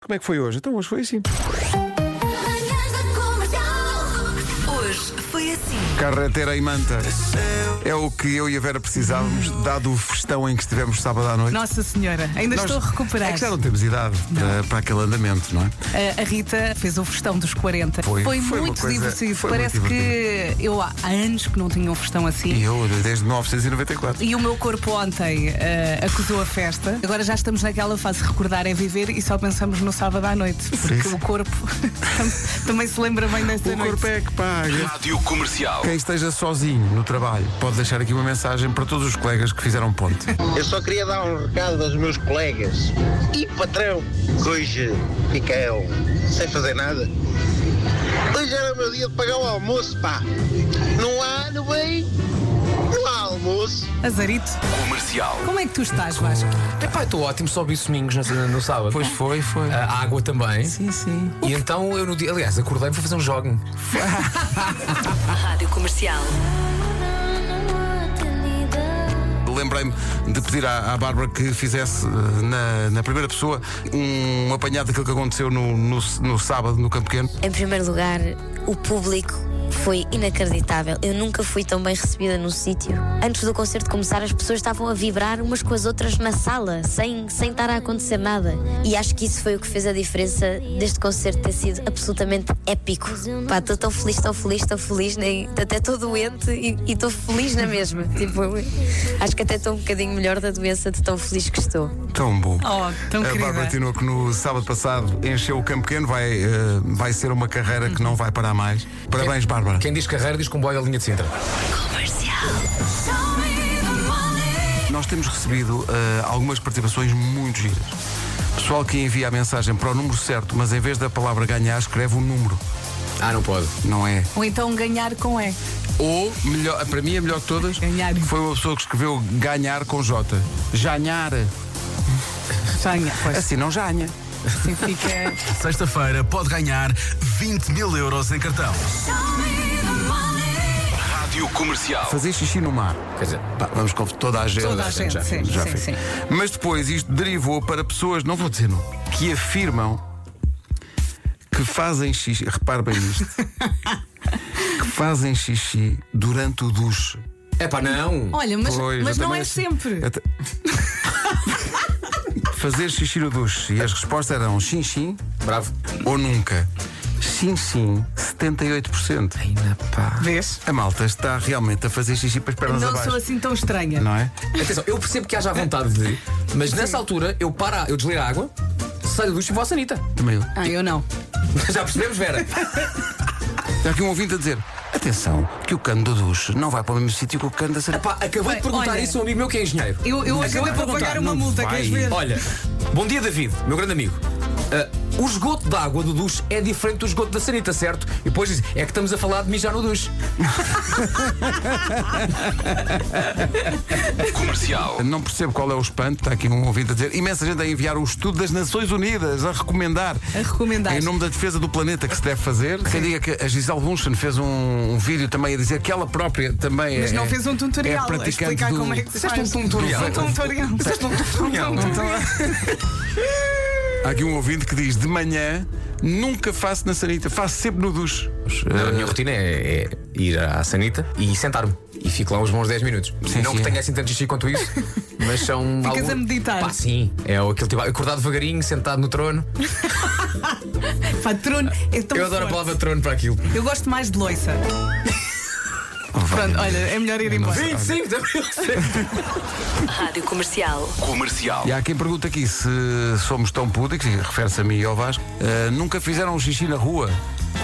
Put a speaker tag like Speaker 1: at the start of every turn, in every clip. Speaker 1: Como é que foi hoje? Então hoje foi assim.
Speaker 2: Manhãs da Comercial.
Speaker 3: Hoje foi assim.
Speaker 1: Carretera e manta. É o que eu e a Vera precisávamos, dado o festão em que estivemos sábado à noite.
Speaker 3: Nossa Senhora, ainda
Speaker 1: Nós-
Speaker 3: estou a recuperar.
Speaker 1: É que já não temos idade para, para aquele andamento, não é?
Speaker 3: A- A Rita fez o festão dos 40.
Speaker 1: Foi- foi uma
Speaker 3: muito
Speaker 1: coisa-
Speaker 3: divertido.
Speaker 1: foi muito
Speaker 3: Parece que eu há há anos que não tinha um festão
Speaker 1: E
Speaker 3: assim.
Speaker 1: eu, desde 1994.
Speaker 3: E o meu corpo ontem eh, acusou a festa. Agora já estamos naquela fase de recordar é viver e só pensamos no sábado à noite. Porque
Speaker 1: sim.
Speaker 3: o corpo também se lembra bem dessa
Speaker 1: O
Speaker 3: noite.
Speaker 1: corpo é que paga.
Speaker 4: Rádio Comercial.
Speaker 1: Quem esteja sozinho no trabalho pode deixar aqui uma mensagem para todos os colegas que fizeram ponte.
Speaker 5: Eu só queria dar um recado aos meus colegas e patrão que hoje ficaram sem fazer nada. Hoje era o meu dia de pagar o almoço, pá. Não há, não vem, não há almoço.
Speaker 1: é-
Speaker 3: Azarito.
Speaker 4: Comercial.
Speaker 3: Como é que tu estás, Vasco?
Speaker 6: Epá, estou ótimo, só vi soninhos no, no sábado.
Speaker 1: Pois foi, foi.
Speaker 6: A água também. Ah, Sim, sim. E então eu no dia. Aliás, acordei e fui fazer um jogging.
Speaker 3: Rádio Comercial.
Speaker 1: Lembrei-me de pedir à, à Bárbara que fizesse eh, na, na primeira pessoa um apanhado daquilo que aconteceu no, no, no sábado no Campo Pequeno.
Speaker 7: Em primeiro lugar, o público foi inacreditável. Eu nunca fui tão bem recebida no sítio. Antes do concerto começar, as pessoas estavam a vibrar umas com as outras na sala, sem, sem estar a acontecer nada. E acho que isso foi o que fez a diferença deste concerto ter sido absolutamente épico. Pá, estou tão feliz, tão feliz, tão feliz, nem, até estou doente e e estou feliz na mesma. Tipo, acho que até estou um bocadinho melhor da doença de tão feliz que estou.
Speaker 1: Tão bom. Ah,
Speaker 3: Oh, tão
Speaker 1: a Bárbara
Speaker 3: querida.
Speaker 1: Tinoco no sábado passado encheu o Campo Pequeno, vai, eh, vai ser uma carreira
Speaker 3: Uhum.
Speaker 1: que não vai parar mais. Parabéns, Bárbara.
Speaker 6: Quem diz carreira diz comboio à linha de Sintra.
Speaker 2: Show me the money.
Speaker 1: Nós temos recebido eh, algumas participações muito giras. Pessoal que envia a mensagem para o número certo, mas em vez da palavra ganhar, escreve o número.
Speaker 6: Ah, não pode.
Speaker 1: Não é?
Speaker 3: Ou então ganhar com E.
Speaker 1: Ou, melhor, para mim, a melhor de todas
Speaker 3: Ganhar.
Speaker 1: foi uma pessoa que escreveu ganhar com J. Janhar.
Speaker 3: Ganha, pois.
Speaker 1: Assim não janha.
Speaker 3: Assim fica.
Speaker 8: Sexta-feira pode ganhar 20 mil euros em cartão.
Speaker 2: Show me the money.
Speaker 4: Rádio Comercial.
Speaker 1: Fazer xixi no mar.
Speaker 6: Quer dizer,
Speaker 1: Pá, vamos com toda a gente.
Speaker 3: Toda a gente, sim, sim,
Speaker 1: fez.
Speaker 3: sim.
Speaker 1: Mas depois isto derivou para pessoas, não vou dizer não, que afirmam que fazem xixi, repare bem nisto, que fazem xixi durante o duche.
Speaker 6: epá, não.
Speaker 3: Olha, mas,
Speaker 1: Pois,
Speaker 3: mas
Speaker 1: eu
Speaker 3: não
Speaker 1: também
Speaker 3: é
Speaker 1: achei-
Speaker 3: sempre.
Speaker 1: eu ta- Fazer xixi no duche e as respostas eram xim xim
Speaker 6: Bravo.
Speaker 1: ou nunca. Xim xim, 78%.
Speaker 6: Ainda pá.
Speaker 3: Vês?
Speaker 1: A malta está realmente a fazer xixi para as pernas
Speaker 3: Não
Speaker 1: abaixo.
Speaker 3: sou assim tão estranha.
Speaker 1: Não é?
Speaker 6: Atenção, eu percebo que haja a vontade de. Mas nessa altura eu para, eu desligo a água, saio do ducho e vou à sanita.
Speaker 1: Também eu.
Speaker 3: Ah, eu não.
Speaker 6: Já percebemos, Vera?
Speaker 1: Está aqui um ouvinte a dizer: atenção, que o cano do duche não vai para o mesmo sítio que o cano da cerveja.
Speaker 6: Epá, acabei
Speaker 3: Olha,
Speaker 6: de perguntar
Speaker 3: olha.
Speaker 6: isso a um amigo meu que é engenheiro.
Speaker 3: Eu, eu
Speaker 6: Acabei
Speaker 3: acabei
Speaker 6: de
Speaker 3: por
Speaker 6: perguntar,
Speaker 3: pagar uma
Speaker 1: não
Speaker 3: multa, é
Speaker 1: vai.
Speaker 3: queres ver?
Speaker 6: Olha, bom dia, David, meu grande amigo. Ah, o esgoto da água do duche é diferente do esgoto da sanita, certo? E depois diz, é que estamos a falar de mijar no duche.
Speaker 4: Comercial.
Speaker 1: Não percebo qual é o espanto, está aqui um ouvinte a dizer. Imensa gente a enviar o estudo das Nações Unidas a recomendar.
Speaker 3: A recomendar.
Speaker 1: Em nome da defesa do planeta que se deve fazer. Quem diga que a Gisele Bunchen fez um, um vídeo também a dizer que ela própria também
Speaker 3: Mas
Speaker 1: é.
Speaker 3: não fez um tutorial
Speaker 1: é
Speaker 3: a
Speaker 1: praticante
Speaker 3: explicar
Speaker 1: do-
Speaker 3: como é que se
Speaker 6: Fizeste
Speaker 3: faz.
Speaker 6: um tutorial.
Speaker 3: Um tutorial. Fizeste um tutorial.
Speaker 1: Há aqui um ouvinte que diz: de manhã nunca faço na sanita, faço sempre no duche.
Speaker 3: Ah.
Speaker 6: A minha rotina é, é ir à sanita e sentar-me. E fico lá uns bons 10 minutos.
Speaker 1: Sim,
Speaker 6: não
Speaker 1: sim.
Speaker 6: que tenha assim tanto xixi quanto isso, mas são.
Speaker 3: Ficas a meditar.
Speaker 6: Pá, sim. É o- aquele tipo, acordar devagarinho, sentado no trono.
Speaker 3: Pá, trono é tão
Speaker 6: Eu adoro a
Speaker 3: forte.
Speaker 6: palavra trono para aquilo.
Speaker 3: Eu gosto mais de loiça. Pronto, olha, é melhor ir embora.
Speaker 6: 25 de abril.
Speaker 3: Rádio Comercial.
Speaker 4: Comercial.
Speaker 1: E há quem pergunta aqui se somos tão púdicos, e refere-se a mim e ao Vasco, eh, nunca fizeram um xixi na rua?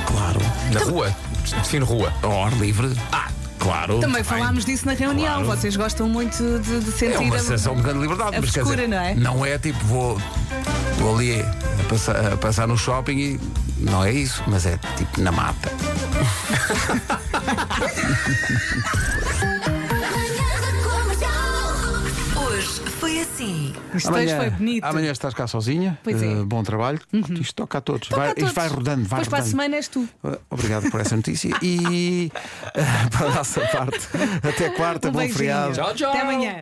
Speaker 1: Claro.
Speaker 6: Na rua. Defino rua.
Speaker 1: Ao ar livre? Ah, claro.
Speaker 3: Também falámos disso na reunião. Vocês gostam muito de, de sentir
Speaker 1: É uma
Speaker 3: a-
Speaker 1: sensação de grande liberdade.
Speaker 3: a
Speaker 1: mas quer
Speaker 3: frescura,
Speaker 1: dizer,
Speaker 3: não é?
Speaker 1: Não é tipo, vou, vou ali a passar, a passar no shopping e. Não é isso, mas é tipo na mata.
Speaker 2: Manhãs da Comercial.
Speaker 3: Hoje foi assim. Isto hoje
Speaker 1: Amanhã,
Speaker 3: foi bonito.
Speaker 1: amanhã estás cá sozinha.
Speaker 3: Pois é. Uhum.
Speaker 1: Eh, bom trabalho. Isto toca a todos.
Speaker 3: Toca
Speaker 1: vai,
Speaker 3: a Então todos.
Speaker 1: Isto vai rodando, vai
Speaker 3: Depois para a
Speaker 1: rodando.
Speaker 3: semana és tu.
Speaker 1: Eh, Obrigado por essa notícia e eh, para a nossa parte. Até quarta,
Speaker 3: Um
Speaker 1: bom
Speaker 3: beijinho.
Speaker 1: Tá feriado.
Speaker 6: Tchau, tchau.
Speaker 3: Até amanhã.